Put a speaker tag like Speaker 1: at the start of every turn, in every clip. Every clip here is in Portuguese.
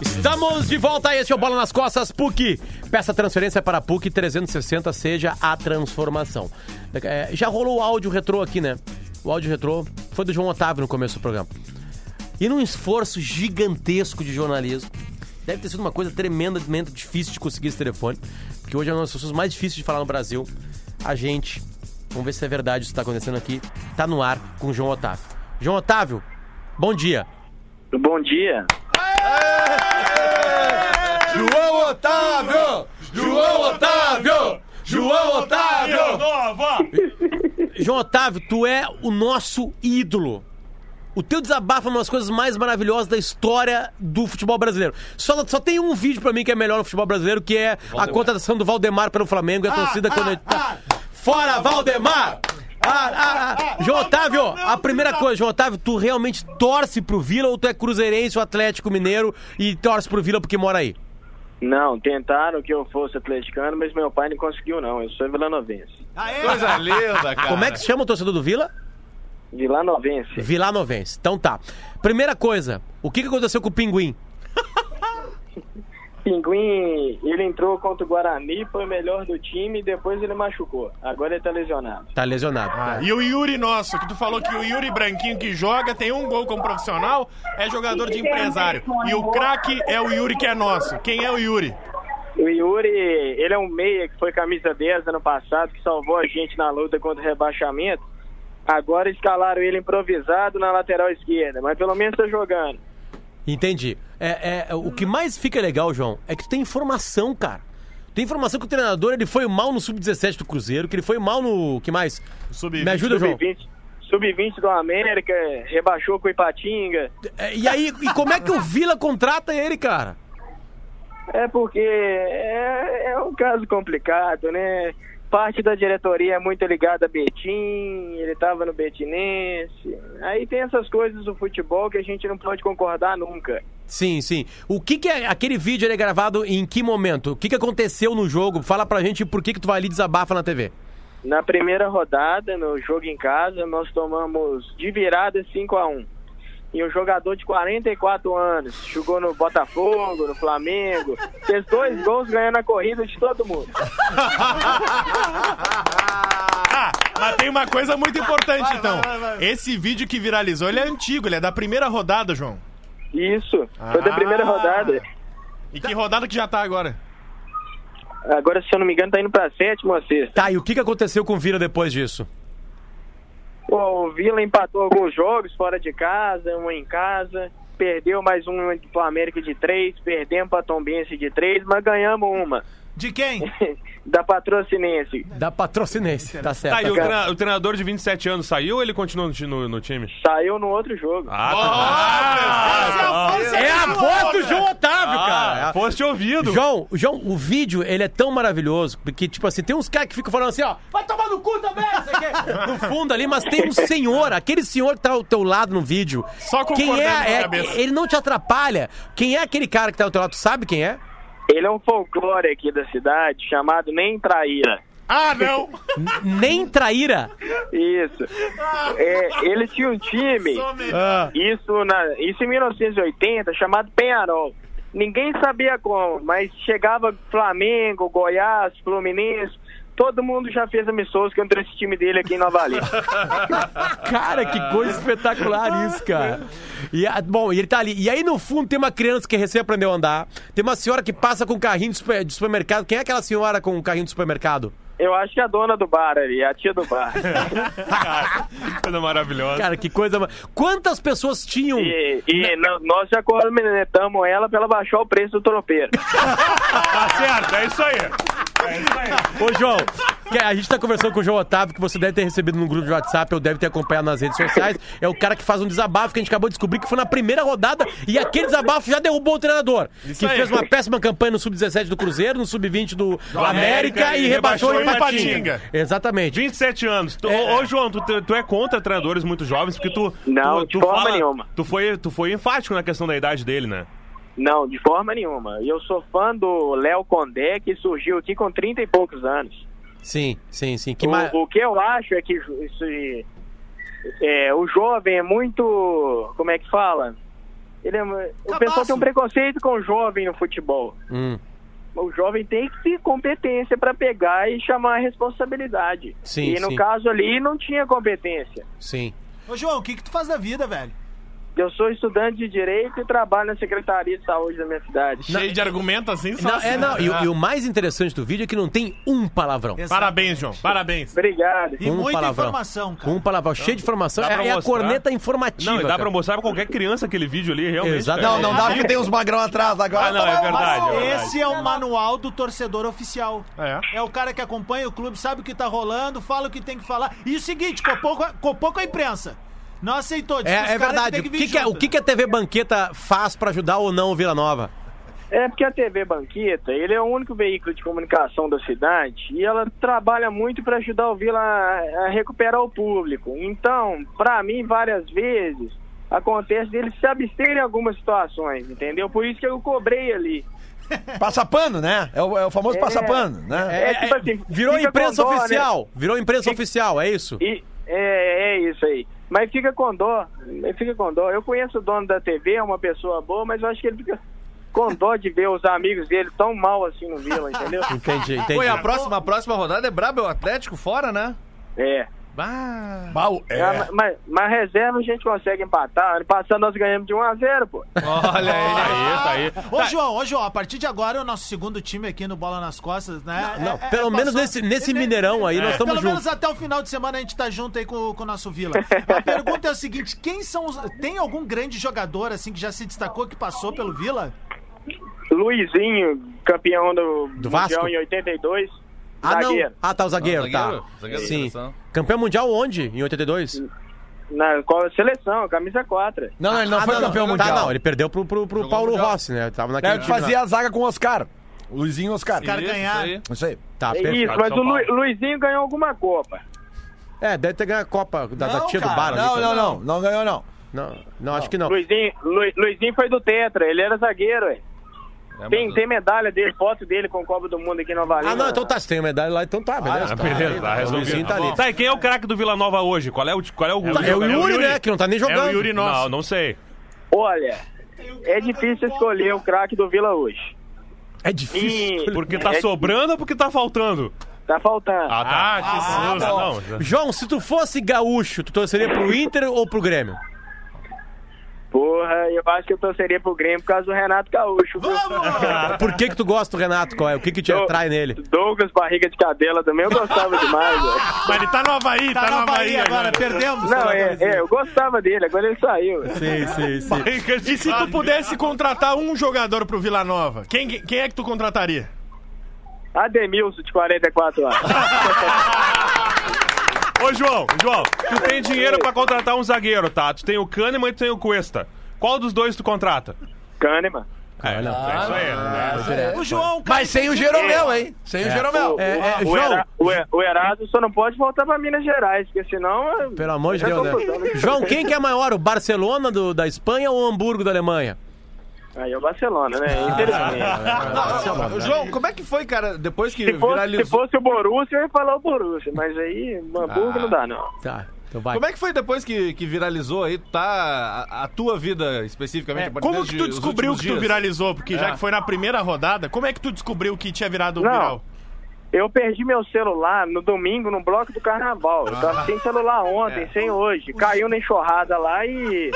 Speaker 1: Estamos de volta, este é o Bola nas Costas, PUC. Peça transferência para PUC 360, seja a transformação. É, já rolou o áudio retrô aqui, né? O áudio retrô foi do João Otávio no começo do programa. E num esforço gigantesco de jornalismo, deve ter sido uma coisa tremendamente difícil de conseguir esse telefone, porque hoje é uma das pessoas mais difíceis de falar no Brasil. A gente, vamos ver se é verdade isso que está acontecendo aqui, tá no ar com o João Otávio. João Otávio, bom dia.
Speaker 2: Bom dia.
Speaker 3: João Otávio! João Otávio! João Otávio!
Speaker 1: João Otávio, tu é o nosso ídolo. O teu desabafo é uma das coisas mais maravilhosas da história do futebol brasileiro. Só, só tem um vídeo pra mim que é melhor no futebol brasileiro, que é a contratação do Valdemar pelo Flamengo e a
Speaker 3: Ah,
Speaker 1: torcida quando ele tá. Fora Valdemar! Ah, ah, ah. João Otávio, a primeira coisa, João Otávio, tu realmente torce pro Vila ou tu é cruzeirense ou Atlético Mineiro e torce pro Vila porque mora aí?
Speaker 2: Não, tentaram que eu fosse atleticano, mas meu pai não conseguiu, não. Eu sou vilanovense.
Speaker 3: Coisa linda, cara.
Speaker 1: Como é que se chama o torcedor do Vila?
Speaker 2: Vilanovense.
Speaker 1: Vilanovense. Então tá. Primeira coisa, o que que aconteceu com o Pinguim?
Speaker 2: Pinguim, ele entrou contra o Guarani, foi o melhor do time e depois ele machucou. Agora ele tá lesionado.
Speaker 1: Tá lesionado.
Speaker 4: E o Yuri nosso, que tu falou que o Yuri Branquinho que joga, tem um gol como profissional, é jogador de empresário. E o craque é o Yuri que é nosso. Quem é o Yuri?
Speaker 2: O Yuri, ele é um meia que foi camisa 10 ano passado, que salvou a gente na luta contra o rebaixamento. Agora escalaram ele improvisado na lateral esquerda, mas pelo menos tá jogando.
Speaker 1: Entendi. É, é, o que mais fica legal, João, é que tu tem informação, cara. Tem informação que o treinador ele foi mal no sub-17 do Cruzeiro, que ele foi mal no. que mais?
Speaker 4: Sub-
Speaker 1: Me ajuda, João.
Speaker 2: Sub-20 Sub-20 do América, rebaixou com o Ipatinga.
Speaker 1: É, E aí, e como é que o Vila contrata ele, cara?
Speaker 2: É porque é, é um caso complicado, né? Parte da diretoria é muito ligada a Betim, ele estava no Betinense. Aí tem essas coisas do futebol que a gente não pode concordar nunca.
Speaker 1: Sim, sim. O que, que é aquele vídeo ele é gravado em que momento? O que, que aconteceu no jogo? Fala pra gente por que, que tu vai ali e desabafa na TV.
Speaker 2: Na primeira rodada, no jogo em casa, nós tomamos de virada 5 a 1 E um jogador de 44 anos jogou no Botafogo, no Flamengo, fez dois gols ganhando a corrida de todo mundo.
Speaker 4: Ah, mas tem uma coisa muito importante, então. Esse vídeo que viralizou, ele é antigo, ele é da primeira rodada, João.
Speaker 2: Isso, foi da
Speaker 4: Ah.
Speaker 2: primeira rodada.
Speaker 4: E que rodada que já tá agora?
Speaker 2: Agora, se eu não me engano, tá indo pra sétima ou sexta.
Speaker 1: Tá, e o que, que aconteceu com o Vila depois disso?
Speaker 2: Pô, o Vila empatou alguns jogos fora de casa, um em casa, perdeu mais um pro América de três, perdemos pra Tombense de três, mas ganhamos uma.
Speaker 3: De quem?
Speaker 2: da patrocinense.
Speaker 1: Da patrocinense, tá certo.
Speaker 5: Tá, e o, tre- o treinador de 27 anos saiu ou ele continua no, ti- no- no time? Ah, tá.
Speaker 2: Saiu no outro jogo.
Speaker 3: Ah.
Speaker 4: Ah,
Speaker 1: É a voz do João Otávio,
Speaker 4: é
Speaker 1: cara.
Speaker 5: Ah,
Speaker 4: Ah,
Speaker 5: Foste ouvido.
Speaker 1: João, João, o vídeo, ele é tão maravilhoso, porque, tipo assim, tem uns caras que ficam falando assim, ó, vai tomar no cu também, não sei o quê", no fundo ali, mas tem um senhor, aquele senhor que tá ao teu lado no vídeo.
Speaker 4: Só
Speaker 1: quem
Speaker 4: concordando
Speaker 1: é,
Speaker 4: com a
Speaker 1: é-
Speaker 4: cabeça.
Speaker 1: Ele não te atrapalha. Quem é aquele cara que tá ao teu lado? Tu sabe quem é?
Speaker 2: Ele é um folclore aqui da cidade, chamado Nem Traíra.
Speaker 4: Ah, não!
Speaker 1: N- Nem traíra.
Speaker 2: Isso. É, ele tinha um time,
Speaker 1: Ah.
Speaker 2: isso, na, isso em 1980, chamado Penharol. Ninguém sabia como, mas chegava Flamengo, Goiás, Fluminense, todo mundo já fez amistoso contra esse time dele aqui em Nova Alice.
Speaker 1: Cara, que coisa espetacular isso, cara. E, a- bom, e ele tá ali. E aí no fundo tem uma criança que recém aprendeu a andar. Tem uma senhora que passa com um carrinho de super- de supermercado. Quem é aquela senhora com um carrinho de supermercado?
Speaker 2: Eu acho que é a dona do bar ali, a tia do bar.
Speaker 5: Coisa maravilhosa.
Speaker 1: Cara, que coisa. ma- Quantas pessoas tinham.
Speaker 2: E, e no- nós já cornetamos ela pra ela baixar o preço do tropeiro.
Speaker 4: Tá certo, é isso aí.
Speaker 1: Ô, João, que a gente tá conversando com o João Otávio, que você deve ter recebido num grupo de WhatsApp, eu deve ter acompanhado nas redes sociais. É o cara que faz um desabafo que a gente acabou de descobrir que foi na primeira rodada e aquele desabafo já derrubou o treinador. que
Speaker 4: aí.
Speaker 1: fez uma péssima campanha no Sub-17 do Cruzeiro, no Sub-20 do, América,
Speaker 4: América
Speaker 1: e
Speaker 4: e
Speaker 1: rebaixou o
Speaker 4: rebaixou o
Speaker 1: Ipatinga.
Speaker 4: Ipatinga.
Speaker 1: Exatamente.
Speaker 5: 27 anos. Tu,
Speaker 1: É.
Speaker 5: Ô, João, tu, tu- tu é contra treinadores muito jovens, porque tu.
Speaker 2: Não,
Speaker 5: tu,
Speaker 2: de forma nenhuma.
Speaker 5: Tu foi, tu foi enfático na questão da idade dele, né?
Speaker 2: Não, de forma nenhuma. E Eu sou fã do Léo Condé, que surgiu aqui com 30 e poucos anos.
Speaker 1: Sim, sim, sim. Que
Speaker 2: o,
Speaker 1: ma-
Speaker 2: o que eu acho é que ju- isso, é, é, o jovem é muito. Como é que fala? Ele é, mu- o
Speaker 6: Cabaço.
Speaker 2: pessoal tem um preconceito com o jovem no futebol.
Speaker 1: Hum,
Speaker 2: O jovem tem que ter competência para pegar e chamar a responsabilidade.
Speaker 1: Sim,
Speaker 2: e no
Speaker 1: sim.
Speaker 2: caso ali não tinha competência.
Speaker 1: sim.
Speaker 6: Ô, João, o que, que tu faz da vida, velho?
Speaker 2: Eu sou estudante de direito e trabalho na Secretaria de Saúde da minha cidade.
Speaker 4: Cheio de argumento assim, só
Speaker 1: Não,
Speaker 4: assim,
Speaker 1: é, não, e, o-
Speaker 4: né?
Speaker 1: e o mais interessante do vídeo é que não tem um palavrão.
Speaker 5: É,
Speaker 4: Ah, Parabéns, João. Parabéns.
Speaker 2: Obrigado.
Speaker 6: E
Speaker 1: um
Speaker 6: muita
Speaker 1: palavrão.
Speaker 6: informação, cara.
Speaker 1: Um palavrão cheio de informação.
Speaker 5: dá pra
Speaker 1: É, é a
Speaker 5: mostrar?
Speaker 1: corneta informativa.
Speaker 5: Não, e dá pra
Speaker 1: cara.
Speaker 5: mostrar pra qualquer criança aquele vídeo ali, realmente.
Speaker 1: Exato.
Speaker 5: cara.
Speaker 7: Não, não dá porque tem uns magrão atrás agora.
Speaker 5: Ah, não, é
Speaker 1: um
Speaker 5: verdade. é verdade.
Speaker 6: Esse é o manual do torcedor oficial.
Speaker 4: É.
Speaker 6: É o cara que acompanha o clube, sabe o que tá rolando, fala o que tem que falar. E o seguinte, copou, com a- copou com a imprensa. Não aceitou. Diz os
Speaker 1: É, é
Speaker 6: caras
Speaker 1: verdade.
Speaker 6: têm
Speaker 1: O
Speaker 6: vir
Speaker 1: que, que a-
Speaker 6: junto,
Speaker 1: o que, que a TV Banqueta faz pra ajudar ou não o Vila Nova?
Speaker 2: É porque a TV Banqueta, ele é o único veículo de comunicação da cidade e ela trabalha muito para ajudar o Vila a, a recuperar o público. Então, para mim, várias vezes acontece deles se absterem em algumas situações, entendeu? Por isso que eu cobrei ali.
Speaker 7: Passa pano, né? É o, é o famoso passa pano, né?
Speaker 2: É, tipo assim,
Speaker 1: virou
Speaker 2: fica
Speaker 1: imprensa
Speaker 2: com dó, né?
Speaker 1: oficial. Virou imprensa oficial, é isso?
Speaker 2: E é, é isso aí. Mas fica com dó, fica com dó. Eu conheço o dono da TV, é uma pessoa boa, mas eu acho que ele fica com dó de ver os amigos dele tão mal assim no Vila, entendeu?
Speaker 1: Entendi, entendi.
Speaker 3: Foi a próxima, a próxima rodada é brabo, é o Atlético fora, né?
Speaker 2: É.
Speaker 3: Bah.
Speaker 7: Mal
Speaker 1: É.
Speaker 2: Ah, mas, mas reserva a gente consegue empatar. Ano passado nós ganhamos de 1 a 0 pô.
Speaker 3: Olha
Speaker 1: Ah.
Speaker 3: aí.
Speaker 5: Tá aí, tá aí.
Speaker 6: Ô, João, ô, João, a partir de agora é o nosso segundo time aqui no Bola nas Costas, né?
Speaker 1: Não,
Speaker 6: É- é-
Speaker 1: pelo
Speaker 6: é
Speaker 1: menos
Speaker 6: passou-
Speaker 1: nesse, nesse Mineirão aí, nós estamos
Speaker 6: Pelo menos
Speaker 1: juntos.
Speaker 6: até o final de semana a gente tá junto aí com, com o nosso Vila. A pergunta é o seguinte: quem são os. Tem algum grande jogador assim que já se destacou que passou pelo Vila?
Speaker 2: Luizinho, campeão do,
Speaker 1: Do Vasco?
Speaker 2: Mundial em 82.
Speaker 1: Ah, não.
Speaker 2: zagueiro.
Speaker 1: Ah, tá, o zagueiro,
Speaker 3: Ah, o zagueiro.
Speaker 1: tá.
Speaker 3: Zagueiro da
Speaker 1: Sim.
Speaker 3: seleção.
Speaker 1: Campeão mundial onde? Em 82?
Speaker 2: Na qual- seleção, camisa 4.
Speaker 7: Não, não, ele não
Speaker 1: Ah,
Speaker 7: foi campeão mundial.
Speaker 1: Tá, não, ele perdeu pro, pro, pro Paulo
Speaker 3: mundial.
Speaker 1: Rossi, né? Tava naquele
Speaker 7: É o que
Speaker 1: time lá.
Speaker 7: fazia a zaga com o Oscar. O Luizinho e o Oscar.
Speaker 6: Cara, ganhar.
Speaker 3: Isso aí.
Speaker 7: Isso aí.
Speaker 1: Tá,
Speaker 2: É
Speaker 1: perfeito.
Speaker 2: isso, mas
Speaker 3: São
Speaker 2: o Lu-
Speaker 3: Paulo.
Speaker 2: Luizinho ganhou alguma Copa.
Speaker 1: É, deve ter ganho a Copa da, da
Speaker 7: Não,
Speaker 1: tia do
Speaker 7: cara,
Speaker 1: bar. ali,
Speaker 7: Não,
Speaker 1: tá?
Speaker 7: não, não. Não ganhou, não.
Speaker 1: não. Não, acho que não.
Speaker 2: Luizinho, Lu- Luizinho foi do Tetra, ele era zagueiro, ué.
Speaker 3: É,
Speaker 2: Tem,
Speaker 3: mas-
Speaker 2: tem medalha dele, foto dele com o Copa do Mundo aqui em Nova
Speaker 1: Ah,
Speaker 2: Lima.
Speaker 1: não, então tá, se tem medalha lá, então tá, beleza.
Speaker 5: Ah, beleza, tá
Speaker 1: O Luizinho
Speaker 5: resolvido.
Speaker 1: tá ali.
Speaker 5: Tá, e quem é o craque do Vila Nova hoje? Qual é o. Qual é o,
Speaker 1: Tá, é o
Speaker 5: jogador?
Speaker 1: Yuri, né? Que não tá nem
Speaker 4: É
Speaker 1: jogando.
Speaker 4: o Yuri
Speaker 5: Não,
Speaker 4: nosso.
Speaker 5: não sei.
Speaker 2: Olha, é difícil escolher o craque do Vila hoje.
Speaker 1: É difícil.
Speaker 2: E-
Speaker 5: Porque tá
Speaker 2: É-
Speaker 5: sobrando ou porque tá faltando?
Speaker 2: Tá faltando.
Speaker 5: Ah, tá. que susto. não.
Speaker 1: João, se tu fosse gaúcho, tu torceria pro Inter ou pro Grêmio?
Speaker 2: Porra, eu acho que eu torceria pro Grêmio por causa do Renato Gaúcho. viu?
Speaker 1: Por que que tu gosta do Renato? Qual é? O que que te
Speaker 2: Eu-
Speaker 1: atrai nele?
Speaker 2: Douglas Barriga de Cadela também eu gostava demais, velho.
Speaker 4: Mas ele tá no Havaí, tá, no Havaí agora.
Speaker 5: né?
Speaker 6: perdemos.
Speaker 2: Não,
Speaker 6: cara,
Speaker 2: é,
Speaker 6: mas-
Speaker 2: é, eu gostava dele, agora ele saiu.
Speaker 1: Sim, sim, sim.
Speaker 4: E se tu pudesse contratar um jogador pro Vila Nova, quem, quem é que tu contrataria?
Speaker 2: Ademilson, de 44 anos.
Speaker 5: Ô, João, João, tu tem dinheiro pra contratar um zagueiro, tá? Tu tem o Kahneman e tu tem o Cuesta. Qual dos dois tu contrata?
Speaker 2: Kahneman.
Speaker 5: É, é isso aí.
Speaker 6: O João, cara.
Speaker 7: Mas sem o Jeromel, hein? Sem o Jeromel.
Speaker 1: É, é,
Speaker 2: O,
Speaker 1: João,
Speaker 2: Era, o, E- o Erasmo só não pode voltar pra Minas Gerais, porque senão. eh,
Speaker 1: pelo amor de
Speaker 2: é
Speaker 1: Deus, né?
Speaker 2: confusão, né?
Speaker 1: João, quem que é maior, o Barcelona do- da Espanha ou o Hamburgo da Alemanha?
Speaker 2: Aí é o Barcelona, né? Infelizmente.
Speaker 3: Ô, João, como é que foi, cara, depois que
Speaker 2: Se fosse, se
Speaker 3: viralizou...
Speaker 2: fosse o Borussia, eu ia falar o Borussia, mas aí Hamburgo não dá, não.
Speaker 1: Tá, então vai.
Speaker 3: Como é que foi depois que, que viralizou aí, tá? A, a tua vida especificamente? a partir
Speaker 4: É, Como que
Speaker 3: de-
Speaker 4: tu
Speaker 3: os
Speaker 4: descobriu
Speaker 3: últimos
Speaker 4: que tu
Speaker 3: dias? É.
Speaker 4: viralizou? Porque já que foi na primeira rodada, como é que tu descobriu que tinha virado um
Speaker 2: Não.
Speaker 4: viral?
Speaker 2: Eu perdi meu celular no domingo, no bloco do carnaval. Eu
Speaker 1: Ah.
Speaker 2: tava sem celular ontem,
Speaker 1: É.
Speaker 2: sem hoje. Caiu na enxurrada lá e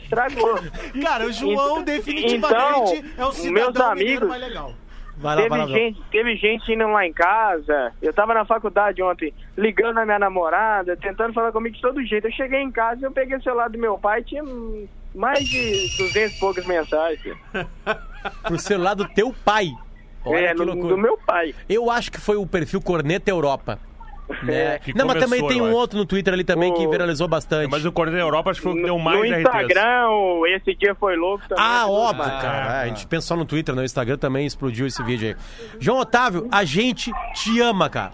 Speaker 2: estragou.
Speaker 6: Cara, o João
Speaker 2: Então,
Speaker 6: definitivamente é o
Speaker 2: meus
Speaker 6: cidadão mineiro
Speaker 2: amigos-
Speaker 6: mais legal.
Speaker 1: Vai lá, vai lá,
Speaker 2: Teve
Speaker 1: João.
Speaker 2: gente, teve gente indo lá em casa. Eu tava na faculdade ontem, ligando na minha namorada, tentando falar comigo de todo jeito. Eu cheguei em casa, eu peguei o celular do meu pai, tinha hum, mais de 200 e poucas mensagens.
Speaker 1: Pro celular do teu pai. Olha
Speaker 2: é,
Speaker 1: que
Speaker 2: no-
Speaker 1: loucura.
Speaker 2: do meu pai.
Speaker 1: Eu acho que foi o perfil Corneta Europa. Né?
Speaker 5: que
Speaker 1: Não, mas também
Speaker 5: começou,
Speaker 1: tem
Speaker 5: eu
Speaker 1: um
Speaker 5: acho.
Speaker 1: outro no Twitter ali também que
Speaker 2: O-
Speaker 1: viralizou bastante.
Speaker 5: Mas o Corinthians Europa acho que foi o que
Speaker 2: No,
Speaker 5: deu mais
Speaker 2: no
Speaker 5: R3.
Speaker 2: Instagram, o esse dia foi louco também.
Speaker 1: Ah,
Speaker 2: tudo
Speaker 1: óbvio,
Speaker 2: mais.
Speaker 1: cara. A gente pensa só no Twitter, no Instagram também explodiu esse vídeo aí. João Otávio, a gente te ama, cara.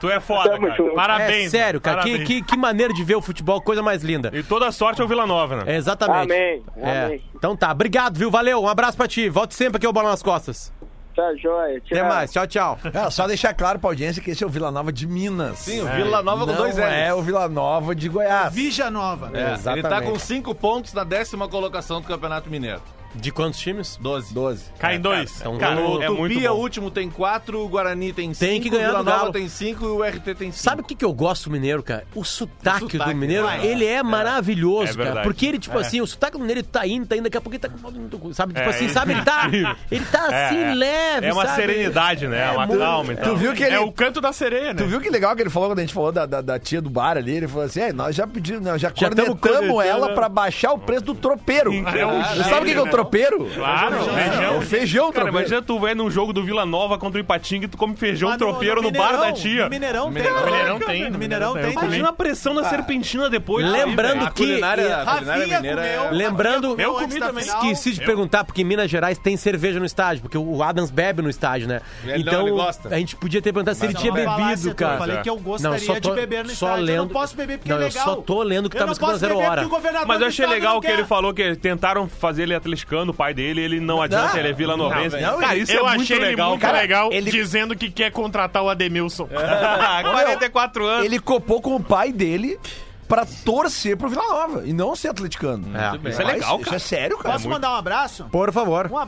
Speaker 5: Tu é foda,
Speaker 2: Tamo junto.
Speaker 5: cara. Parabéns.
Speaker 1: é sério, cara. Que,
Speaker 5: parabéns.
Speaker 1: que, que maneira de ver o futebol, coisa mais linda.
Speaker 5: E toda sorte é o Vila Nova, né?
Speaker 1: É, exatamente.
Speaker 2: Amém,
Speaker 1: É.
Speaker 2: amém.
Speaker 1: Então tá, obrigado, viu? Valeu, um abraço pra ti. Volte sempre aqui ao Bola nas Costas.
Speaker 2: Tchau, Tá joia.
Speaker 1: Até
Speaker 2: tchau.
Speaker 1: mais. Tchau, tchau.
Speaker 7: É, só deixar claro pra audiência que esse é o Vila Nova de Minas.
Speaker 3: Sim,
Speaker 1: É.
Speaker 3: o Vila Nova
Speaker 7: Não
Speaker 3: com dois L's.
Speaker 7: é o Vila Nova de Goiás.
Speaker 6: Vija Nova.
Speaker 3: É, ele tá
Speaker 1: Exatamente.
Speaker 3: com cinco pontos na décima colocação do Campeonato Mineiro.
Speaker 1: De quantos times?
Speaker 3: 12.
Speaker 7: Doze.
Speaker 4: Cai em dois.
Speaker 1: Então,
Speaker 4: Cara,
Speaker 1: vamos-
Speaker 4: é
Speaker 3: o
Speaker 4: muito
Speaker 3: Tupi é o
Speaker 4: bom.
Speaker 3: último, tem quatro, o Guarani tem cinco,
Speaker 1: que ganhar
Speaker 3: o Vila
Speaker 1: do
Speaker 3: Nova
Speaker 1: Galo.
Speaker 3: tem cinco e o RT tem cinco.
Speaker 1: Sabe o que, que eu gosto do mineiro, cara? O sotaque,
Speaker 3: O sotaque,
Speaker 1: do mineiro,
Speaker 3: vai.
Speaker 1: ele é, maravilhoso,
Speaker 5: É
Speaker 1: cara.
Speaker 5: verdade.
Speaker 1: Porque ele, tipo assim, o sotaque do mineiro ele tá indo, tá indo, daqui a pouco ele tá com. Sabe, tipo
Speaker 5: É,
Speaker 1: assim,
Speaker 5: ele-
Speaker 1: sabe? Ele tá, ele tá
Speaker 5: É,
Speaker 1: assim,
Speaker 5: é.
Speaker 1: leve.
Speaker 5: É uma
Speaker 1: sabe?
Speaker 5: serenidade, né? uma
Speaker 7: muito-
Speaker 5: calma e
Speaker 7: Tu
Speaker 5: tal.
Speaker 7: viu que ele-
Speaker 4: É o canto da sereia, né?
Speaker 7: Tu viu que legal que ele falou quando a gente falou da, da, da tia do bar ali? Ele falou assim: "É, nós já pedimos, nós já,
Speaker 1: Já tamo
Speaker 7: cornetamos
Speaker 1: cornetando.
Speaker 7: ela pra baixar o preço do tropeiro.
Speaker 5: né?" É um
Speaker 7: Você
Speaker 5: gênio,
Speaker 7: sabe o que que é o
Speaker 5: né?
Speaker 7: tropeiro?
Speaker 5: Claro,
Speaker 7: É
Speaker 5: feijão.
Speaker 7: o feijão
Speaker 5: Cara,
Speaker 7: tropeiro.
Speaker 5: imagina tu vai num jogo do Vila Nova contra o Ipatinga e tu come feijão
Speaker 6: Mas
Speaker 5: tropeiro no, bar
Speaker 6: Ah, Mineirão,
Speaker 5: da tia.
Speaker 6: No Mineirão
Speaker 4: No
Speaker 6: tem.
Speaker 4: Mineirão tem,
Speaker 6: No
Speaker 4: no
Speaker 6: Mineirão
Speaker 4: Mineirão
Speaker 6: tem.
Speaker 4: tem.
Speaker 5: Imagina a pressão na serpentina depois.
Speaker 1: Lembrando
Speaker 5: Ah,
Speaker 3: É, A
Speaker 1: que-
Speaker 3: culinária, a culinária
Speaker 6: Rafinha
Speaker 3: mineira é-
Speaker 6: comeu.
Speaker 1: Lembrando,
Speaker 6: Rafinha comeu
Speaker 1: eu
Speaker 6: antes
Speaker 5: comi
Speaker 6: da
Speaker 5: também.
Speaker 6: final.
Speaker 1: Esqueci de perguntar, porque em Minas Gerais tem cerveja no estádio, porque o Adams bebe no estádio, né?
Speaker 3: Ele não,
Speaker 1: então,
Speaker 3: ele gosta.
Speaker 1: a gente podia ter perguntado se ele
Speaker 6: Não,
Speaker 1: tinha
Speaker 6: não falasse,
Speaker 1: bebido,
Speaker 6: eu
Speaker 1: cara.
Speaker 5: É.
Speaker 6: falei que eu gostaria
Speaker 1: só tô-
Speaker 6: de beber no
Speaker 1: só
Speaker 6: estádio. Eu não
Speaker 1: lendo-
Speaker 6: posso beber porque
Speaker 1: Não,
Speaker 6: é
Speaker 1: eu
Speaker 6: legal.
Speaker 1: só tô lendo que tá tava
Speaker 6: Eu não
Speaker 1: escrito na
Speaker 6: posso
Speaker 1: zero
Speaker 6: beber
Speaker 1: hora.
Speaker 6: porque o governador
Speaker 5: Mas eu
Speaker 6: do é.
Speaker 5: achei
Speaker 6: estado
Speaker 5: legal
Speaker 6: não
Speaker 5: que ele
Speaker 6: quer.
Speaker 5: falou que tentaram fazer ele atleticano, o pai dele, ele não adianta,
Speaker 7: Não.
Speaker 5: ele é Vila Novense.
Speaker 7: Não,
Speaker 5: Cara,
Speaker 7: ele-
Speaker 5: isso
Speaker 4: Eu
Speaker 5: é
Speaker 4: achei
Speaker 5: muito
Speaker 4: ele
Speaker 5: legal.
Speaker 4: muito
Speaker 5: cara.
Speaker 4: legal
Speaker 7: ele-
Speaker 4: dizendo que quer contratar o Ademilson.
Speaker 5: 44 anos.
Speaker 7: Ele copou com o pai dele pra torcer pro Vila Nova e não ser atleticano.
Speaker 1: É. Muito bem.
Speaker 5: Isso é legal,
Speaker 7: Isso é
Speaker 5: cara.
Speaker 7: sério, cara.
Speaker 6: Posso mandar um abraço?
Speaker 1: Por favor.
Speaker 6: Um abraço.